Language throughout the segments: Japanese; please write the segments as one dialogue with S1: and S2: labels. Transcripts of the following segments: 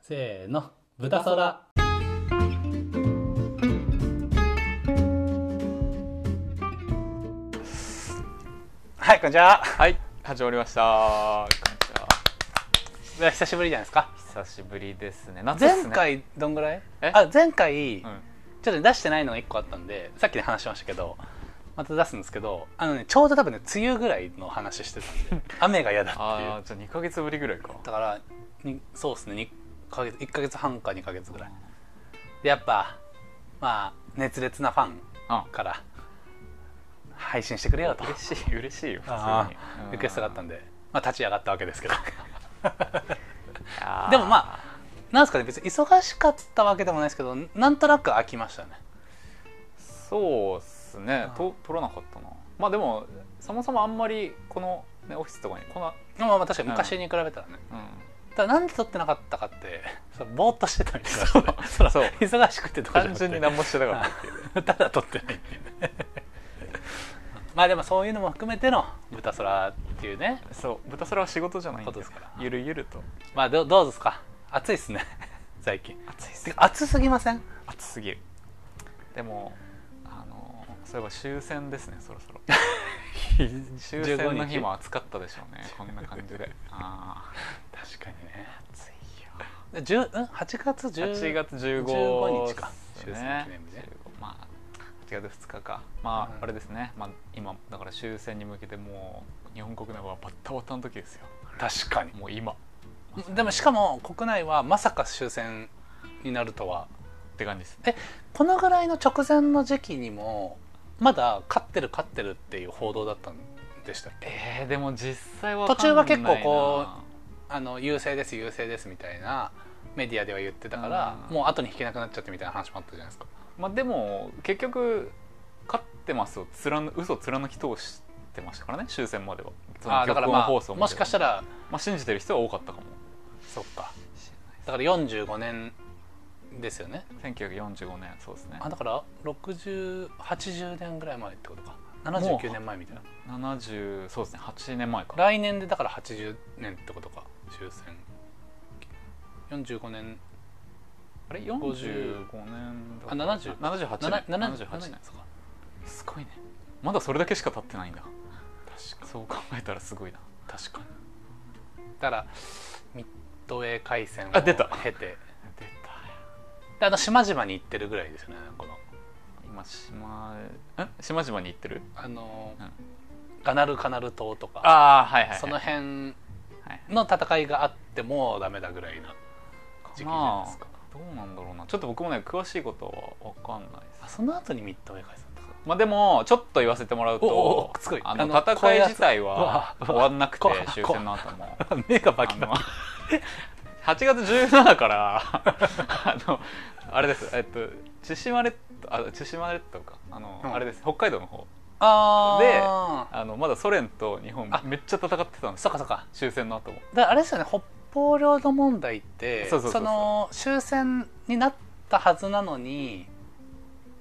S1: せーの豚そら
S2: はいこんにちは
S3: はい始まりましたこんにちはい
S1: や久しぶりじゃないですか
S3: 久しぶりですね夏っすね
S1: 前回どんぐらい
S3: え
S1: あ前回、
S3: うん
S1: ちょっと出してないのが1個あったんでさっきで話しましたけどまた出すんですけどあのねちょうど多分ね梅雨ぐらいの話してたんで雨が嫌だって
S3: ああ
S1: いう
S3: じゃあ2か月ぶりぐらいか
S1: だからにそうですねにか月1か月半か2か月ぐらいでやっぱまあ熱烈なファン
S3: あ
S1: から配信してくれよと
S3: 嬉しい嬉しいよ普
S1: あ
S3: 通に
S1: あリクエストがあったんで、まあ、立ち上がったわけです けど
S3: た
S1: でもまあなんですかね別に忙しかったわけでもないですけどなんとなく飽きましたね
S3: そうっすね
S1: あ
S3: と取らなかったなまあでもそもそもあんまりこの、ね、オフィスとかにこんな、
S1: まあまあまあ確かに昔に比べたらね、
S3: うん、
S1: ただなんで撮ってなかったかってそうぼーっとしてたみたいなそう
S3: そう
S1: 忙しくてとかじゃな
S3: 単
S1: くて
S3: 純に何もしてなかった
S1: ただ撮ってないっていうねまあでもそういうのも含めての豚空っていうね
S3: そう豚そらは仕事じゃないん
S1: こと
S3: で
S1: です
S3: す
S1: か
S3: かららゆるゆると
S1: まあどどうですか暑いっすね最近
S3: 暑いっす
S1: てか暑すぎません
S3: 暑すぎるでもあのそういえば終戦ですねそ ろそろ終戦の日も暑かったでしょうねこんな感 じであ
S1: 確かにね
S3: あ暑いよ
S1: で10ん8月10
S3: 8月15
S1: 15日か
S3: です
S1: 終
S3: ね
S1: 戦記念日ね
S3: 15まあ8月2日かまあ、
S1: うん
S3: あれですね、まあ、今だから終戦に向けてもう日本国内はバッタバタの時ですよ
S1: 確かに
S3: もう今っ
S1: でもしかも国内はまさか終戦になるとは
S3: て感じですね
S1: このぐらいの直前の時期にもまだ勝ってる勝ってるっていう報道だったんでしたっけ
S3: えー、でも実際は
S1: 途中は結構こあの優勢です優勢ですみたいなメディアでは言ってたから
S3: うん
S1: もう後に引けなくなっちゃってみたいな話もあったじゃないですか
S3: まあでも結局勝ってますをつらぬ嘘を貫き通してましたからね終戦まではその
S1: あーだからまあ
S3: 局音放送までは
S1: もしかしたら
S3: まあ、信じてる人は多かったかも
S1: そっかだから45年ですよね
S3: 1945年そうですね
S1: あだから6080年ぐらい前ってことか79年前みたいな
S3: 70そうですね8年前か
S1: 来年でだから80年ってことか終戦45年
S3: あれ45年
S1: あ70 7 7
S3: 78年78
S1: 8
S3: 年
S1: 年そうか
S3: すごいねまだそれだけしか経ってないんだ確かそう考えたらすごいな確かに
S1: だからミッドウェー海戦を
S3: あ出た
S1: 経て
S3: 出た
S1: であの島々に行ってるぐらいですよねこの
S3: 今島え島々に行ってる
S1: あの、
S3: うん
S1: ガナルカナル島とか
S3: ああはいはい、はい、
S1: その辺
S3: はい
S1: の戦いがあってもうダメだぐらいな時期じゃないですか
S3: どうなんだろうなちょっと僕もね詳しいことは分かんないです
S1: あその後にミッドウェー海戦とか
S3: まあでもちょっと言わせてもらうと
S1: おおおすごい
S3: あ
S1: あ
S3: の
S1: のこう
S3: 戦
S1: いう
S3: い
S1: やつ
S3: 自体
S1: うわ
S3: は終わんなくて
S1: 怖い
S3: 終戦の後も
S1: 目がバ
S3: あ
S1: キ
S3: の
S1: バキ
S3: 8月17からあのあれですえっと千島列島あ千島列島かあの、
S1: うん
S3: あれです北海道の方
S1: あ
S3: あのまだソ連と日本
S1: あ
S3: めっちゃ戦ってたん
S1: で
S3: です
S1: そ
S3: よ
S1: っかそっか
S3: 終戦の後も
S1: だからあれですよね北方領土問題って
S3: そうそうそうそう
S1: の終戦になったはずなのに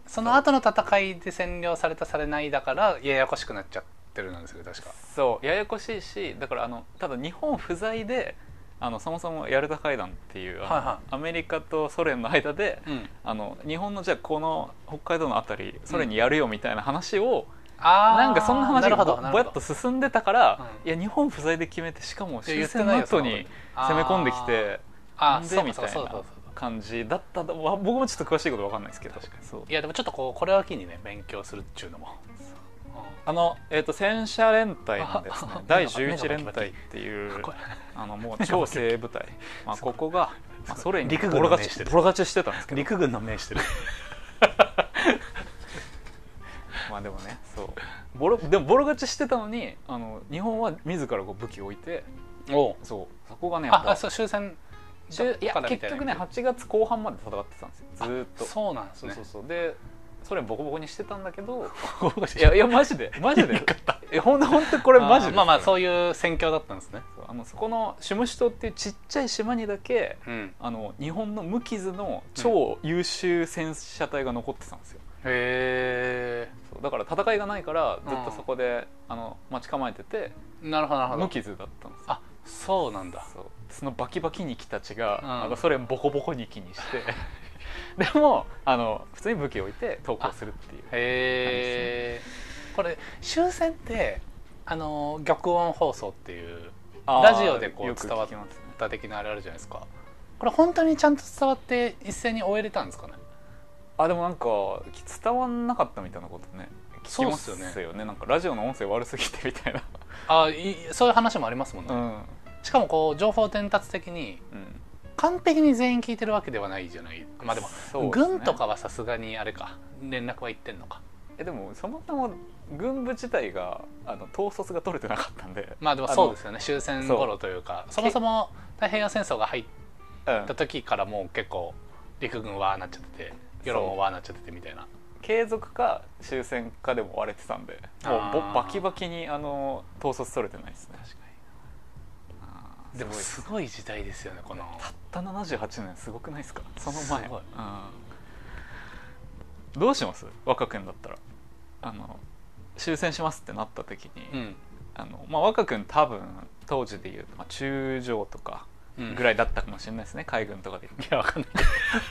S1: その後の戦いで占領されたされないだからややこしくなっちゃってるなんですよね確か
S3: そうややこしいしだからあのただ日本不在であのそもそもヤルタ会談っていう、あの
S1: はいはい
S3: アメリカとソ連の間で
S1: うん
S3: あの日本のじゃあこの北海道のあたりソ連にやるよみたいな話を、
S1: あー
S3: なんかそんな話
S1: る
S3: が
S1: ほ
S3: ぼ
S1: どなるほ
S3: ぼや
S1: ど
S3: っと進んでたから、
S1: うん
S3: いや日本不在で決めてしかも
S1: いや言
S3: 終
S1: って
S3: 戦の
S1: ないよ
S3: 後に攻め込んできて
S1: あ
S3: な
S1: ー
S3: んで
S1: そうか
S3: み
S1: そう
S3: た
S1: かそ
S3: い
S1: うかそう
S3: な
S1: か
S3: 感じだったとわ僕もちょっと詳しいことわかんないですけど確かにそう
S1: いやでもちょっとこうこれを機にね勉強するっちゅう のもう
S3: あの、えー、と戦車連隊なんですね
S1: ああ目
S3: 第
S1: が
S3: 11連
S1: バキバキ
S3: 隊ってい
S1: ん
S3: う
S1: これ
S3: あのもう超精鋭部隊、 まあ、ここが、まあ、ソ連に
S1: 陸
S3: ボ
S1: 軍の
S3: ロ
S1: 名
S3: 勝
S1: し
S3: ち
S1: てる
S3: ボロ勝ちしてたんですけど
S1: 陸軍の名してる
S3: まあでもねそうボロでもボロ勝ちしてたのにあの日本は自らこう武器を置いて
S1: おう
S3: そうそこがねやっ
S1: あ
S3: ぱ
S1: あそう終戦
S3: 中いや
S1: だからみた
S3: 結
S1: いな
S3: 局ね8月後半まで戦ってたんですよずーっとそう
S1: そうなんですね
S3: そうそうでソ連ボコボコにしてたんだけ ど
S1: い
S3: いやいやマジ でマジでえほんとほんとこれマジで
S1: まあまあ
S3: う
S1: そういう戦況だったんですね
S3: あのそこのシムシ島っていうちっちゃい島にだけ
S1: うん
S3: あの日本の無傷の超優秀戦車隊が残ってたんですよ、
S1: へ
S3: そうだから戦いがないからずっと
S1: うん
S3: そこで、あの待ち構えてて
S1: えなるほどなるほ
S3: 無
S1: ど
S3: 傷だったんですよ
S1: あそうなんだ
S3: そうそのバキバキに来た血が、
S1: うん
S3: あのソ連ボコボコにきにして でもあの普通に武器を置いて投降するっていう
S1: へえこれ終戦ってあの玉音放送っていう
S3: あー
S1: ラジオでこう
S3: よく
S1: 伝わっ
S3: 聞きますね
S1: 歌的なあれあるじゃないですかこれ本当にちゃんと伝わって一斉に終えれたんですかね
S3: あでもなんかき伝わんなかったみたいなことね聞きます
S1: そう
S3: よ
S1: っ
S3: ね
S1: す
S3: なんかラジオの音声悪すぎてみたいな
S1: あいそういう話もありますもんね、
S3: ん、
S1: しかもこう情報伝達的に
S3: うん
S1: 完璧に全員聞いてるわけではないじゃないまあでも
S3: そうですね
S1: 軍とかはさすがにあれか連絡は行ってんのか
S3: えでもそもそも軍部自体があの統率が取れてなかったんで
S1: まあでも
S3: あの
S1: そうですよね終戦頃というかそもそも太平洋戦争が入っ
S3: うん
S1: た時からもう結構陸軍はなっちゃってて世論もわーなっちゃっててみたいな
S3: 継続か終戦かでも割れてたんでもうぼ
S1: あー
S3: バキバキにあの統率取れてないですね
S1: 確か
S3: あー
S1: にでも
S3: す
S1: すごい時代ですよねこの
S3: ごいたった78年すごくないですかその前
S1: すごい
S3: うんどうします若君だったらあの終戦しますってなった時に、
S1: うん
S3: あのまあ、若君多分当時でいう、まあ、中将とか
S1: うん
S3: ぐらいだったかもしれないですね、海軍とかで言う と
S1: いやわかんな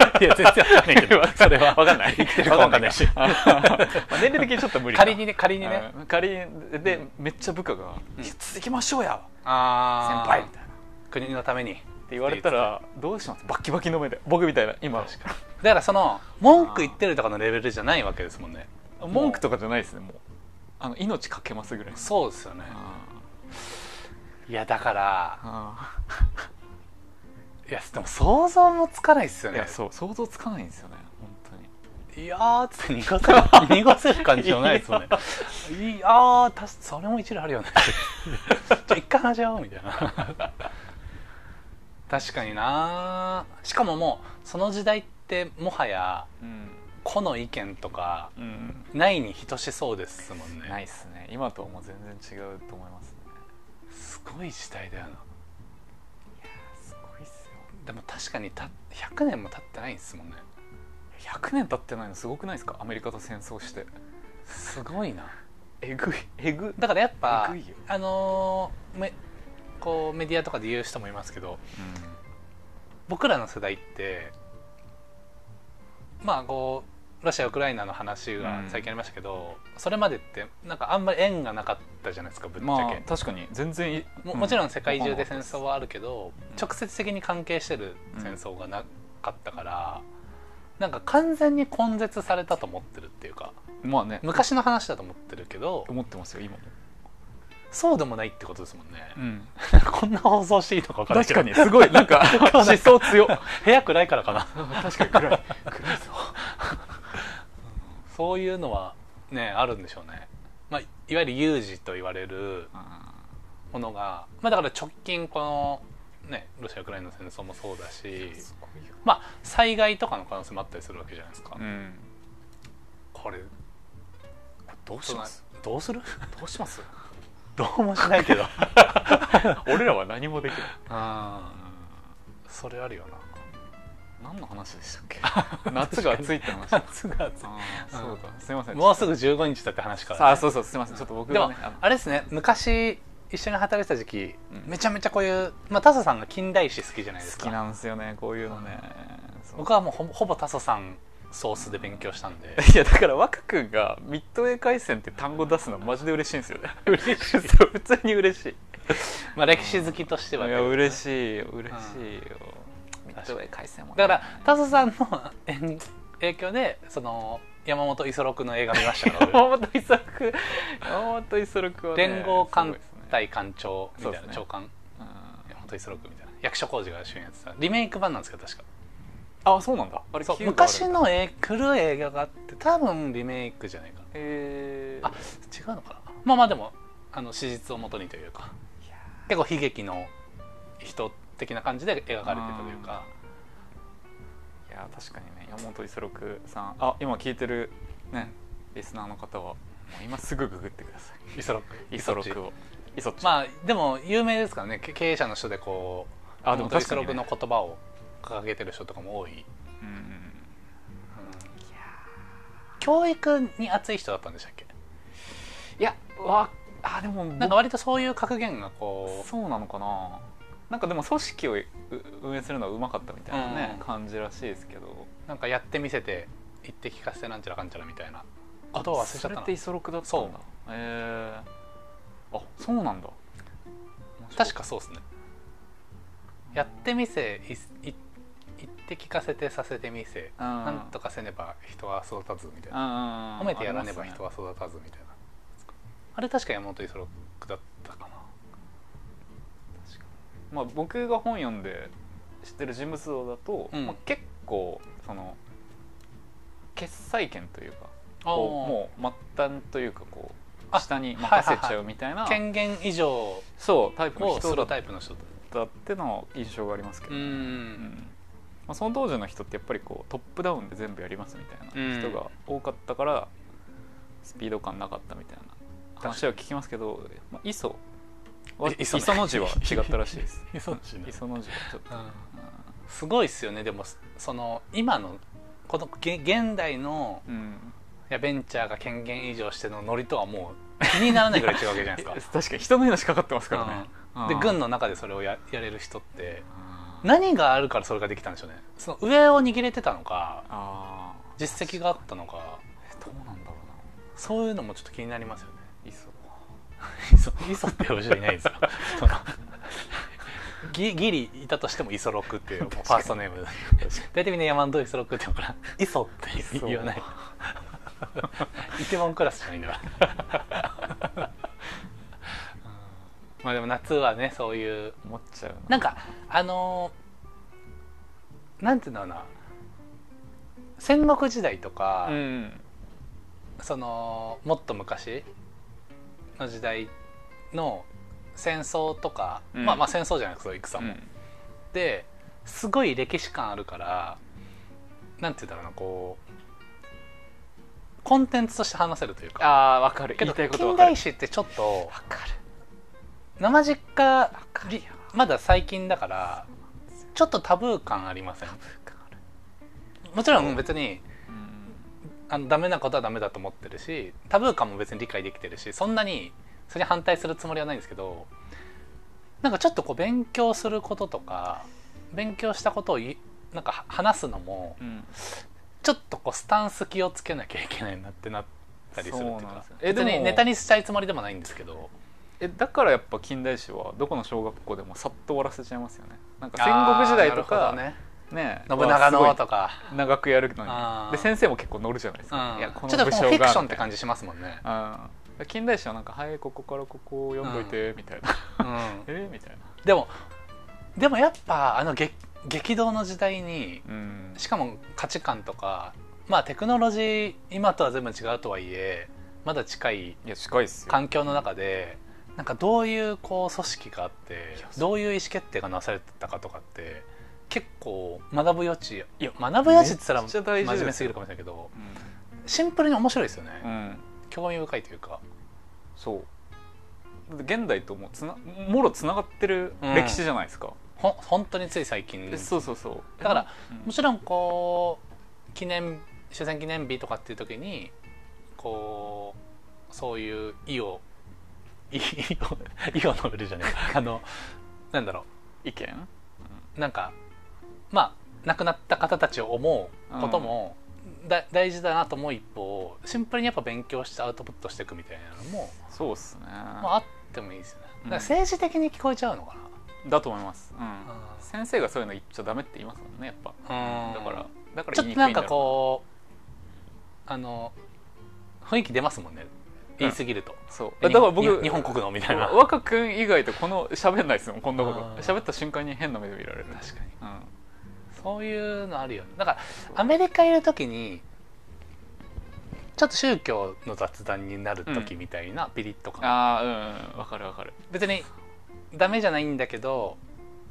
S1: いいや全然わかんないけ どそれは
S3: わかんない
S1: 生きてるかわかん ないし
S3: わかんないまあ年齢的にちょっと無理か
S1: 仮にね仮にね
S3: うん仮にで、めっちゃ部下が「
S1: うん
S3: いや続きましょうや先
S1: あ
S3: 輩」みたいなって
S1: 国のために
S3: 言われたらどうしますバッキバキの目で僕みたいな今
S1: 確だからその文句言ってるとかのレベルじゃないわけですもんね
S3: 文句とかじゃないですねもうあの命かけますぐらいです
S1: そうですよね
S3: あ
S1: いやだから
S3: ーあ
S1: いやでも想像もつかないっすよ
S3: ーい
S1: ね
S3: やそう想像つかないんですよね本当に
S1: いやーっつって濁せる濁せる感じじゃないですもんねいやーたしそれも一理あ るよねじゃあ一回話し合おうみたいな確かになしかももうその時代ってもはや
S3: うん、
S1: 個の意見とか
S3: うん、
S1: ないに等しそうですもんね
S3: ないっすね今とはもう全然違うと思いますね
S1: すごい時代だよな
S3: すごいっすよ
S1: でも確かにた100年も経ってないですもんね
S3: 100年経ってないのすごくないですかアメリカと戦争して
S1: すごいな
S3: えぐいえぐ
S1: だからやっぱ
S3: えぐいよ
S1: あのーめこうメディアとかで言う人もいますけど僕らの世代ってまあこうロシア・ウクライナの話が最近ありましたけど、それまでってなんかあんまり縁がなかったじゃないですかぶっちゃけ、
S3: まあ確かに全然い
S1: も
S3: う
S1: もちろん世界中で戦争はあるけど、
S3: うん
S1: 直接的に関係してる戦争がなかったから、なんか完全に根絶されたと思ってるっていうか
S3: まあね
S1: 昔の話だと思ってるけど
S3: 思ってますよ今も、
S1: そうでもないってことですもん ね、
S3: ん、
S1: こんな放送していいのか分からないけ
S3: 確
S1: ど
S3: かにすごいなんか 思想強
S1: 部屋暗いからかな
S3: 確かに暗い暗いぞ
S1: そういうのはねあるんでしょうね、まあ、いわゆる有事と言われるものが、まあ、だから直近この、ね、ロシア・ウクライナの戦争もそうだし、
S3: すごいよ
S1: まあ、災害とかの可能性もあったりするわけじゃないですか、
S3: うん
S1: これ
S3: どうします
S1: どうする
S3: どうします
S1: どうもしないけど
S3: 俺らは何もできない
S1: それあるよな
S3: 何の話でしたっけ 夏が暑いって話あ
S1: 夏が暑い
S3: ーそうだすいません
S1: もうすぐ15日だって話から、
S3: あそうそうすいませんちょっと僕
S1: で
S3: が
S1: も
S3: ねあの
S1: あれですね昔一緒に働いてた時期、
S3: うん
S1: めちゃめちゃこういう、まあ、タソさんが近代史好きじゃないです
S3: 好
S1: か
S3: きなんですよねこういうのねそう
S1: 僕はもうほほぼタソさんソースで勉強したんで
S3: いやだから若君がミッドウェー海戦って単語出すのマジで嬉しいんですよね
S1: 嬉しい
S3: そう 普通に嬉しい
S1: まあ歴史好きとしてはいね
S3: や嬉しい嬉しいよ
S1: 確
S3: ミッ
S1: か
S3: ドウ
S1: に
S3: ェー海戦も
S1: だ
S3: ね
S1: からタソさんの影響でその山本五十六の映画見ましたから
S3: 山本五十六山本五十六は
S1: 俺
S3: ね
S1: 連合艦
S3: す
S1: 隊艦長みたい
S3: そ
S1: な、
S3: うですね
S1: 長官
S3: ごいですねうん
S1: 山本五十六みたいな役所広司が主演やってたリメイク版なんですけど確か
S3: あそうなんだあれ
S1: そう
S3: キューバある
S1: 昔のえ古い映画があって多分リメイクじゃないかな
S3: えー
S1: あ違うのかなまあまあでもあの史実をもとにというか結構悲劇の人的な感じで描かれてたというか
S3: いや確かにね山本五十六さんあ今聞いてるねリスナーの方はもう今すぐググってくださ
S1: イソロック
S3: い五十六をイソッチ
S1: まあでも有名ですからねけ経営者の人でこう
S3: あでも
S1: 本当にイソロッ
S3: 確か
S1: ク
S3: に
S1: の
S3: ね
S1: 言葉を掲げてる人とかも多い、
S3: うん
S1: 教育に熱い人だったんでしたっけ
S3: いやわあでも
S1: なんか割とそういう格言がこ
S3: そうなのかな
S1: う
S3: なんかでも組織をう運営するのはうまかったみたいなね、
S1: うん
S3: 感じらしいですけど
S1: なんかやってみせて言って聞かせてなんちゃらかんちゃらみたいなことを忘れちゃっ
S3: それったて
S1: な
S3: イソロクだった
S1: そ
S3: んだへえあそうなんだ
S1: 確かそうですねやってみせいすい言って聞かせてさせてみせな
S3: なん
S1: とかせねば人は育たずみたいな
S3: 褒
S1: 褒めてやらねば人は育たずみたいなあれ確か山本五十六だったか
S3: まあ、僕が本読んで知ってる人物像だと、
S1: うん
S3: まあ、結構その決裁権というか
S1: な
S3: こうもう末端というかこう
S1: あ
S3: 下に任せちゃうみたいな、
S1: 権限以上を
S3: そうタイプの
S1: す
S3: 人だ
S1: る
S3: っ
S1: タイプの人だ
S3: たっての印象がありますけ
S1: う
S3: ど、うん
S1: ん
S3: まあ、その当時の人ってやっぱりこうトップダウンで全部やりますみたいな
S1: うん
S3: 人が多かったからスピード感なかったみたいな話は聞きますけど、まあ、磯は
S1: え磯
S3: 磯
S1: ね
S3: の字は違ったらしいです
S1: 磯の字ね
S3: 磯の字はちょっと、
S1: うん
S3: うん
S1: すごいっすよねでもその今のこのげ現代の
S3: うん、
S1: いやベンチャーが権限以上してのノリとはもう気にならないぐらい違うわけじゃない ですか
S3: 確かに人の命かかってますからね、
S1: うんで軍の中でそれをややれる人って
S3: あー
S1: 何があるからそれができたんでしょうねその上を握れてたのか
S3: あ
S1: 実績があったのか
S3: ーどうなんだろう
S1: そういうのもちょっと気になりますよね
S3: ないそ
S1: 磯磯って呼ぶ人いないんですよその ギギリいたとしても磯六っていうもうファーストネーム大体みんな山の磯六って呼ぶから磯って言わないイテモンクラスじゃないんだからうんまあでも夏はねそういう
S3: 思っちゃうな
S1: なんかあのーなんていうんだろうな戦国時代とか、
S3: うん
S1: そのもっと昔の時代の戦争とか、
S3: うん
S1: まあまあ戦争じゃなくて戦
S3: う
S1: も、
S3: ん
S1: ですごい歴史感あるからなんて言うんだろうなこうコンテンツとして話せるというか
S3: あーわかる
S1: けど
S3: 言いたいこと
S1: 近
S3: わかる
S1: 代史ってちょっと
S3: わか
S1: 生実家
S3: る
S1: りまだ最近だからちょっとタブー感ありませんもちろん別に
S3: うん
S1: あのダメなことはダメだと思ってるしタブー感も別に理解できてるしそんなにそれに反対するつもりはないんですけどなんかちょっとこう勉強することとか勉強したことをいなんかは話すのも
S3: うん
S1: ちょっとこうスタンス気をつけなきゃいけないなってなったりするっていう
S3: そうなん
S1: か
S3: ですよえ
S1: 別
S3: で
S1: に
S3: も
S1: ネタにしたいつもりでもないんですけど
S3: えだからやっぱ近代史はどこの小学校でもさっと終わらせちゃいますよねなんか戦
S1: あ
S3: 国
S1: ー
S3: 時代と
S1: な
S3: か
S1: るほどね
S3: ね
S1: 信長
S3: わ
S1: の
S3: あす
S1: とか、
S3: ごい長くやるの
S1: あー
S3: にで先生も結構乗るじゃないです
S1: う
S3: か、
S1: ん、
S3: いやこ
S1: ちょ
S3: の
S1: っと
S3: 武
S1: こう
S3: 将が
S1: フィクションって
S3: みたいな
S1: 感じしますもんね、
S3: うん近代史はなんか「はいここからここを読んどいて」みたいな
S1: うん
S3: 「えみたいな
S1: でもでもやっぱあの激激動の時代に
S3: うん
S1: しかも価値観とかまあテクノロジー今とは全部違うとはいえまだ近い
S3: いや近いっすよ
S1: 環境の中でなんかどういうこう組織があって
S3: いやそう
S1: どういう意思決定がなされてたかとかって結構学ぶ余地いや学ぶ
S3: めっ
S1: 余
S3: ち
S1: 地
S3: ゃ
S1: って言ったら真
S3: 大事ですよ
S1: 面目すぎるかもしれないけど
S3: うん
S1: シンプルに面白いですよね、
S3: うん、
S1: 興味深いというか
S3: そうだって現代ともうつなもろつながってる歴史じゃないですか、
S1: ほん本当につい最近
S3: えそうそうそう
S1: だから、
S3: うん
S1: もちろんこう記念終戦記念日とかっていう時にこうそういう意を 意を意を述べるじゃねえか あのなんだろ
S3: 意見
S1: うなんかまあ亡くなった方たちを思うことも、だ大事だなと思う一方シンプルにやっぱ勉強してアウトプットしていくみたいなのも、
S3: そうっすね、
S1: まあ、あってもいいですよねだから
S3: うん
S1: 政治的に聞こえちゃうのか
S3: だと思います、うん
S1: な、
S3: 先生がそういうの言っちゃダメって言いますもんねやっぱ
S1: うん
S3: だからだから
S1: ちょっ
S3: 言いにくい
S1: となん
S3: だ
S1: か
S3: ろ
S1: こうあの雰囲気出ますもんね言い過ぎると、
S3: うそう
S1: え
S3: だから僕
S1: に日本国のみたいな確
S3: 若君以外とこの喋んないですもんこんなこと
S1: あー
S3: 喋った瞬間に変な目で見られる
S1: かに
S3: うん
S1: そういうのあるよねだからアメリカいる時にちょっと宗教の雑談になる時みたいなピリッと感、
S3: ああうんうんわかるわかる
S1: 別にダメじゃないんだけど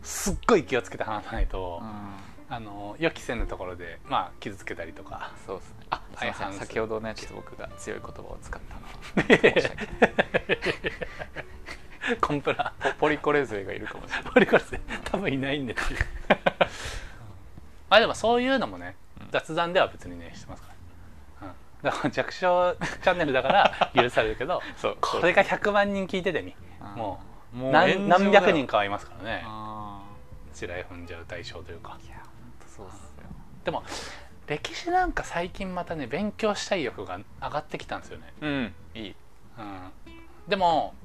S1: すっごい気をつけて話さないと、
S3: うん
S1: あの予期せぬところでまあ傷つけたりとか
S3: そうですねあすい
S1: 相
S3: ませ
S1: 反
S3: ん
S1: する
S3: 先ほどねちょっと僕が強い言葉を使ったの
S1: コンプラ
S3: ポポリコレ勢がいるかもしれな い
S1: ポリコレス多分いないんですよ まあでもそういうのもね
S3: うん
S1: 雑談では別にねしてますから、うん、だから弱小チャンネルだから許されるけ ど
S3: そう
S1: これが100万人聞いててみ
S3: あー
S1: も
S3: も
S1: う何何百人
S3: か
S1: かはいますからね
S3: あ
S1: 地雷踏んじゃう対象というか
S3: いや本当そうっすよ
S1: でも歴史なんか最近またね勉強したい欲が上がってきたんですよね、
S3: うんいい
S1: うん、でも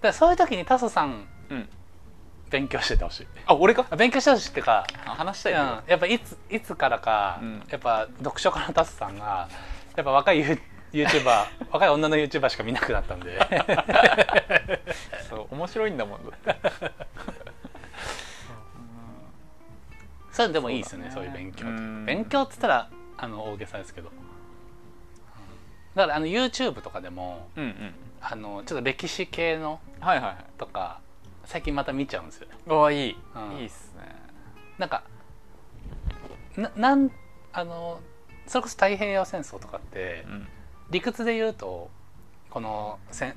S1: だからそういう時にタソさん
S3: うん
S1: 勉強しててほしい
S3: あ俺か
S1: あ勉強してほしいっていうか
S3: あ話し
S1: う
S3: た
S1: ん
S3: い
S1: や
S3: ね
S1: っぱいついつからか、
S3: うん
S1: やっぱ読書家のタスさんがやっぱ若いユー YouTuber 若い女の YouTuber しか見なくなったんで
S3: そう面白いんだもんだって
S1: それでもいいですね
S3: そ
S1: そうう
S3: だね
S1: いう勉強とか
S3: うん
S1: 勉強っつったらあの大げさですけどだからあの YouTube とかでも
S3: うんうん
S1: あのちょっと歴史系の
S3: はいはいはい
S1: とか最近また見ちゃうんですよね
S3: ああいい、
S1: うん
S3: いいっすね
S1: なんかななんあのそれこそ太平洋戦争とかって、
S3: ん
S1: 理屈で言うとこの戦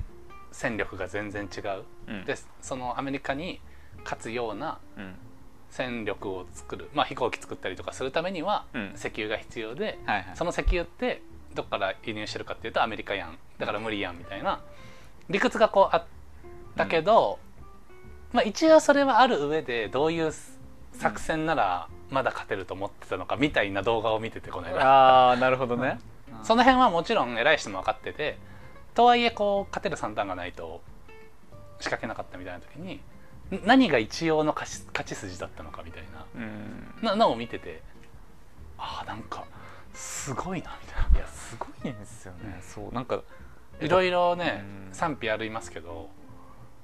S1: 戦力が全然違う
S3: うん
S1: でそのアメリカに勝つような
S3: うん
S1: 戦力を作る、まあ、飛行機作ったりとかするためには
S3: うん
S1: 石油が必要で、
S3: はいはい
S1: その石油ってどっから輸入してるかっていうとアメリカやんだから無理やんみたいな理屈がこうあったけど、まあ、一応それはある上でどういう作戦ならまだ勝てると思ってたのかみたいな動画を見ててこの間。
S3: ああなるほどね、
S1: その辺はもちろん偉い人も分かっててとはいえこう勝てる算段がないと仕掛けなかったみたいな時にん何が一応の勝ち勝ち筋だったのかみたい
S3: うん
S1: ななのを見ててああなんかすごいなみたい
S3: いやすごいんですよね、
S1: うん
S3: そうなんか
S1: ないろいろね
S3: うん
S1: 賛否ありますけど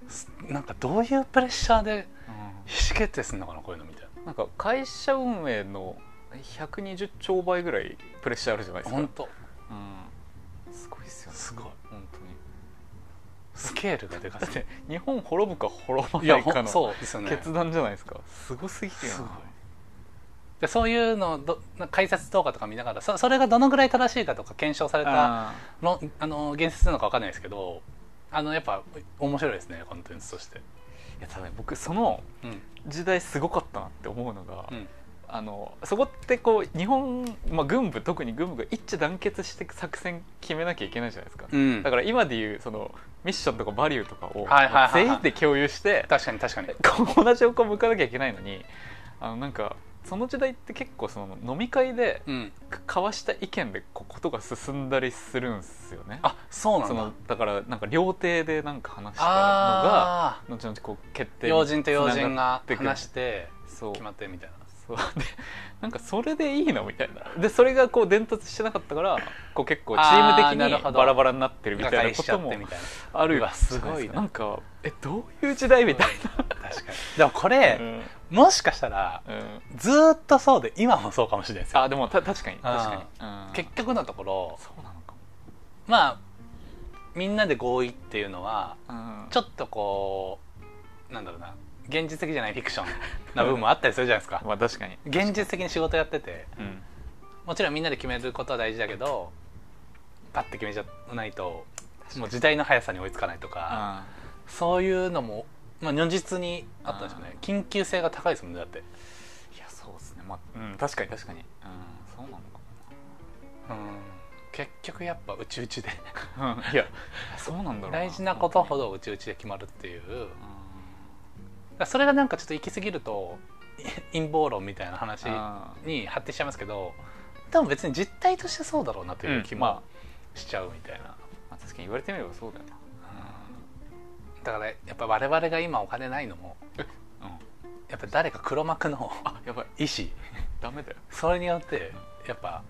S1: すなんかどういうプレッシャーで意思決定するのかなこういうのみたいな
S3: なんか会社運営の120兆倍ぐらいプレッシャーあるじゃないですか、う
S1: 本
S3: ん、
S1: 当
S3: すごいですよね
S1: すごい
S3: 本当に
S1: スケールがでかす
S3: だっ
S1: ぎ
S3: て
S1: て
S3: 日本滅ぶか滅ば
S1: い
S3: な
S1: や
S3: いか
S1: ほん
S3: の
S1: そうですよね
S3: 決断じゃないですかすごすぎるよ
S1: すごい
S3: な
S1: でそういうのをどなんか解説動画とか見ながらそそれがどのぐらい正しいかとか検証された
S3: あ
S1: のあの言説なのかわかんないですけどあのやっぱ面白いですねコンテンツとして、
S3: ーいやただね僕その
S1: うん
S3: 時代すごかったなって思うのが、
S1: うん
S3: あのそこってこう日本、まあ、軍部特に軍部が一致団結して作戦決めなきゃいけないじゃないですか、
S1: うん、
S3: だから今でいうそのミッションとかバリューとかを
S1: はいはいはいはい
S3: 全員で共有して
S1: 確かに確かに
S3: こう同じ方向向かなきゃいけないのにあのなんかその時代って結構その飲み会で
S1: うん
S3: か交わした意見でこうことが進んだりするんですよね。
S1: あそうなん
S3: そ
S1: だ
S3: のだからなんか料亭でなんか話したのが
S1: あ
S3: 後々こう決
S1: あ
S3: 定
S1: 要人と要人
S3: 人
S1: が
S3: てくる
S1: 話して
S3: そう
S1: 決まってみたいな
S3: そうでなんかそれでいいのみたいなでそれがこう伝達してなかったからこう結構チー
S1: あ
S3: ム
S1: ー
S3: 的
S1: なる
S3: に
S1: ほど
S3: バラバラになってるみ
S1: 裏
S3: たい
S1: 返
S3: なこ
S1: しちゃ
S3: と
S1: っ
S3: も
S1: てみた いな
S3: ある
S1: うわすごいな
S3: じゃですかなんかえどういう時代みたい
S1: 確かにでもこ
S3: な、
S1: れ、
S3: うん
S1: もしかしたら
S3: うん
S1: ずーっとそうで今もそうかもしれないですよ
S3: あでもた確かに確かに、うん
S1: 結局のところ
S3: そうなのか
S1: まあみんなで合意っていうのは
S3: も、うん、
S1: ちょっとこうなんだろうな現実的じゃないフィクションな部分もあったりするじゃないですか
S3: まあ確かに、
S1: 現実的に仕事やってて
S3: うん、
S1: もちろんみんなで決めることは大事だけどパッて決めちゃわないともう時代の速さに追いつかないとか
S3: あ
S1: そういうのも、まあ、如実にあったんでしょうね
S3: あ
S1: 緊急性が高いですもんねだって
S3: ーいやそうですねまあ、うん、確かに確かに、うん、そうなのか
S1: うん結局やっぱうちうちで
S3: もないやそうなんだろう
S1: 大事なことほ
S3: ど、
S1: どうちうちで決まるっていう
S3: う
S1: だか
S3: ん
S1: らそれがなんかちょっと行き過ぎるとい陰謀論みたいな話
S3: あ
S1: に発展しちゃいますけどでも別に実態としてそうだろうなと
S3: ー
S1: いう気
S3: うんま
S1: もしちゃうみたいな、
S3: あまあ確かに言われてみればそうだよな
S1: だからやっぱ我々が今お金ないのも
S3: うん
S1: やっぱ誰か黒幕の
S3: あやばい
S1: 意思
S3: ダメだよ
S1: それによってやっぱ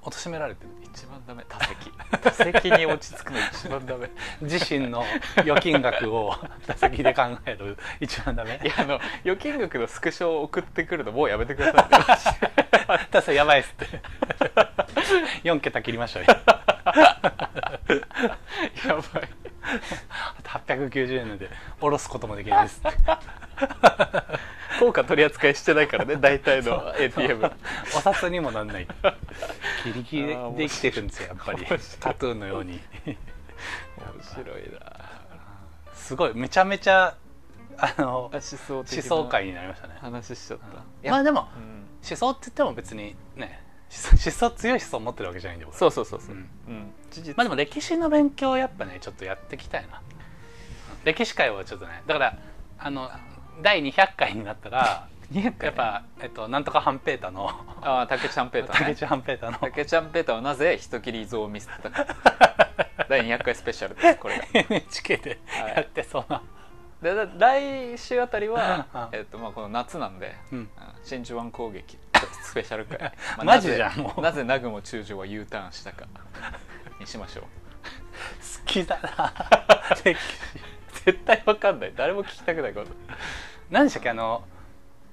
S1: 貶められてる
S3: 一番ダメ多席多席に落ち着くの一番ダメ
S1: 自身の預金額を 打席で考える一番ダメ
S3: いやあの預金額のスクショを送ってくるのもうやめてください、
S1: だそれやばいっすって4桁切りましたよ
S3: やばい
S1: 890円で下ろすこともできないですって
S3: 効果取り扱いしてないからね大体の ATM
S1: お札にもなんないギリギリで
S3: あー
S1: できてるんですよやっぱり
S3: 面白い
S1: タトゥーのように
S3: 面白いな
S1: すごいめちゃめちゃあの
S3: 思想
S1: 思想界になりましたね
S3: 話しちゃった、いや
S1: まあでも
S3: うん
S1: 思想って言っても別にね思想思想強い思想持ってるわけじゃないんで僕
S3: そうそうそうそ
S1: う
S3: う、
S1: ん
S3: うん事実
S1: まあでも歴史の勉強をやっぱねちょっとやっていきたいな歴史界をちょっとねだからあの第200回になったら
S3: 200回
S1: やっぱ、えっと、なんとかハンペータの
S3: ああ竹ちゃんペーター
S1: 竹
S3: ね
S1: 内ハンペータの
S3: 竹ちゃんペーターはなぜ人切り像を見せてたか 第200回スペシャルですこれが
S1: NHK でやってそうな、、
S3: でだ来週 あたりは
S1: うん
S3: えっとまあ、この夏なんで、
S1: うん
S3: 真珠湾攻撃スペシャル 回、まあ
S1: マジじゃんもう
S3: なぜなぜ南雲中将は U ターンしたかにしましょう
S1: 好きだな
S3: 絶対わかんない誰も聞きたくないこと
S1: 何でしたっけあの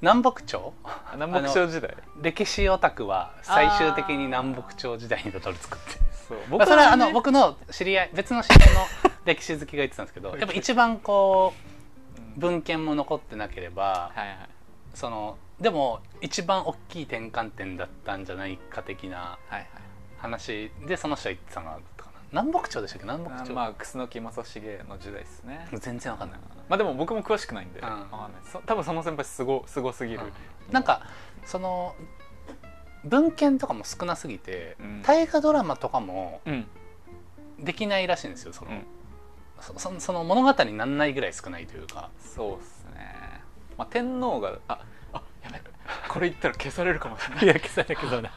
S1: 南北朝
S3: 南北朝時代
S1: 歴史オタクは最終的に南北朝時代にたどり着くって
S3: そう
S1: 僕それはあの
S3: ね
S1: 僕の知り合い別の知り合い の歴史好きが言ってたんですけどやっぱ一番こう文献も残ってなければ、
S3: はいはい
S1: そのでも一番大きい転換点だったんじゃないか的な
S3: はいはい
S1: 話でその人は言ってたのかな南北朝でしたっけ南北
S3: あ
S1: 朝、
S3: まあ楠木正成の時代ですね
S1: 全然わかんない、
S3: まあでも僕も詳しくないんで、
S1: うん
S3: わかんないそ多分その先輩すごすごすぎる、
S1: なんかその文献とかも少なすぎて、
S3: うん
S1: 大河ドラマとかも
S3: うん
S1: できないらしいんですよその,、
S3: うん
S1: そそその物語になんないぐらい少ないというか
S3: そうっすね、まあ、天皇がああやべこれ言ったら消されるかもしれない
S1: いや消され消され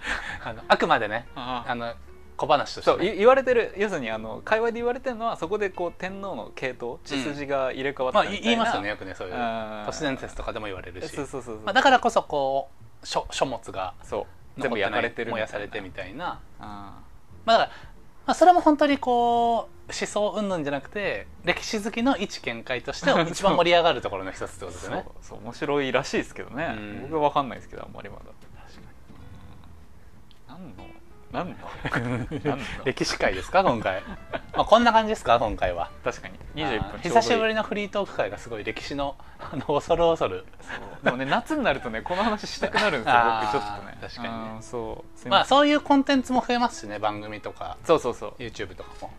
S1: あのあくまでね
S3: あ
S1: あの小話として
S3: そ
S1: ね、
S3: うい言われてる要するにあの会話で言われてるのはそこでこう天皇の系統血筋が入れ替わっ
S1: ま
S3: た
S1: あ
S3: みたい
S1: い
S3: な、
S1: 言いますよねよくねそういう
S3: うん
S1: 都市伝説とかでも言われるし
S3: そうそうそうそう、
S1: まあ、だからこそこう書書物が
S3: そう
S1: 残
S3: 全
S1: って
S3: 部
S1: ない
S3: 焼かれてる
S1: 燃やされてみ
S3: た
S1: たいな、
S3: いな
S1: まあ、だから、まあ、それも本当にこう思想云々じゃなくて歴史好きの一見解として一番盛り上がるところの一つってこと
S3: うん
S1: です
S3: そ
S1: よね
S3: うそう面白いらしいですけどね、
S1: うん
S3: 僕は分かんないですけどあんまりまだうん何の何の 何の
S1: 歴史会ですか今回まあこんな感じですか今回は
S3: 確かに21
S1: あー
S3: 分ちょうどいい
S1: 久しぶりのフリートーク会がすごい歴史の あの恐る恐る
S3: そうでもね夏になるとねこの話したくなるんですよ
S1: あー
S3: 僕ちょっとね
S1: 確かにね
S3: うんそうすい
S1: まあ
S3: ません
S1: そういうコンテンツも増えますしね番組とか
S3: そうそうそう、
S1: YouTube とかも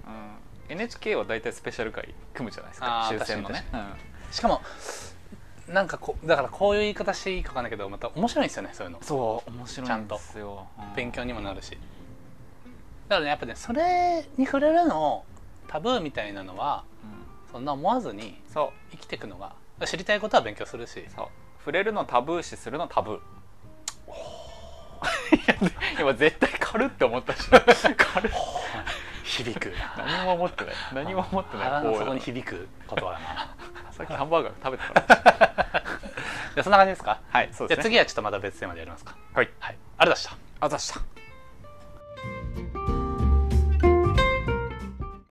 S3: うん、NHK は大体スペシャル回組むじゃないですか
S1: あー
S3: 終戦のね、
S1: しかもなんかこうだからこういう言い方していいかわかんないけどまた面白いんですよねそういうの
S3: うんそう面白
S1: ちゃ
S3: い
S1: ん
S3: ん
S1: と
S3: ですよ、うん
S1: 勉強にもなるしだからねやっぱねそれに触れるのタブーみたいなのは
S3: うん
S1: そんな思わずに
S3: そ
S1: 生きていくのが知りたいことは勉強するし
S3: うそう触れるのタブー視するのタブー いや今絶対軽って思ったし軽っ
S1: 響く
S3: 何も思ってない何も思ってな い
S1: 腹の
S3: こう
S1: 底に響く言葉だな
S3: さっきハンバーガー食べたから
S1: じゃあそんな感じですか
S3: はいそう
S1: じゃ
S3: で
S1: あ
S3: すね
S1: 次はちょっとまた別テーマでやりますか
S3: はい
S1: はいありがとうございました
S3: あざした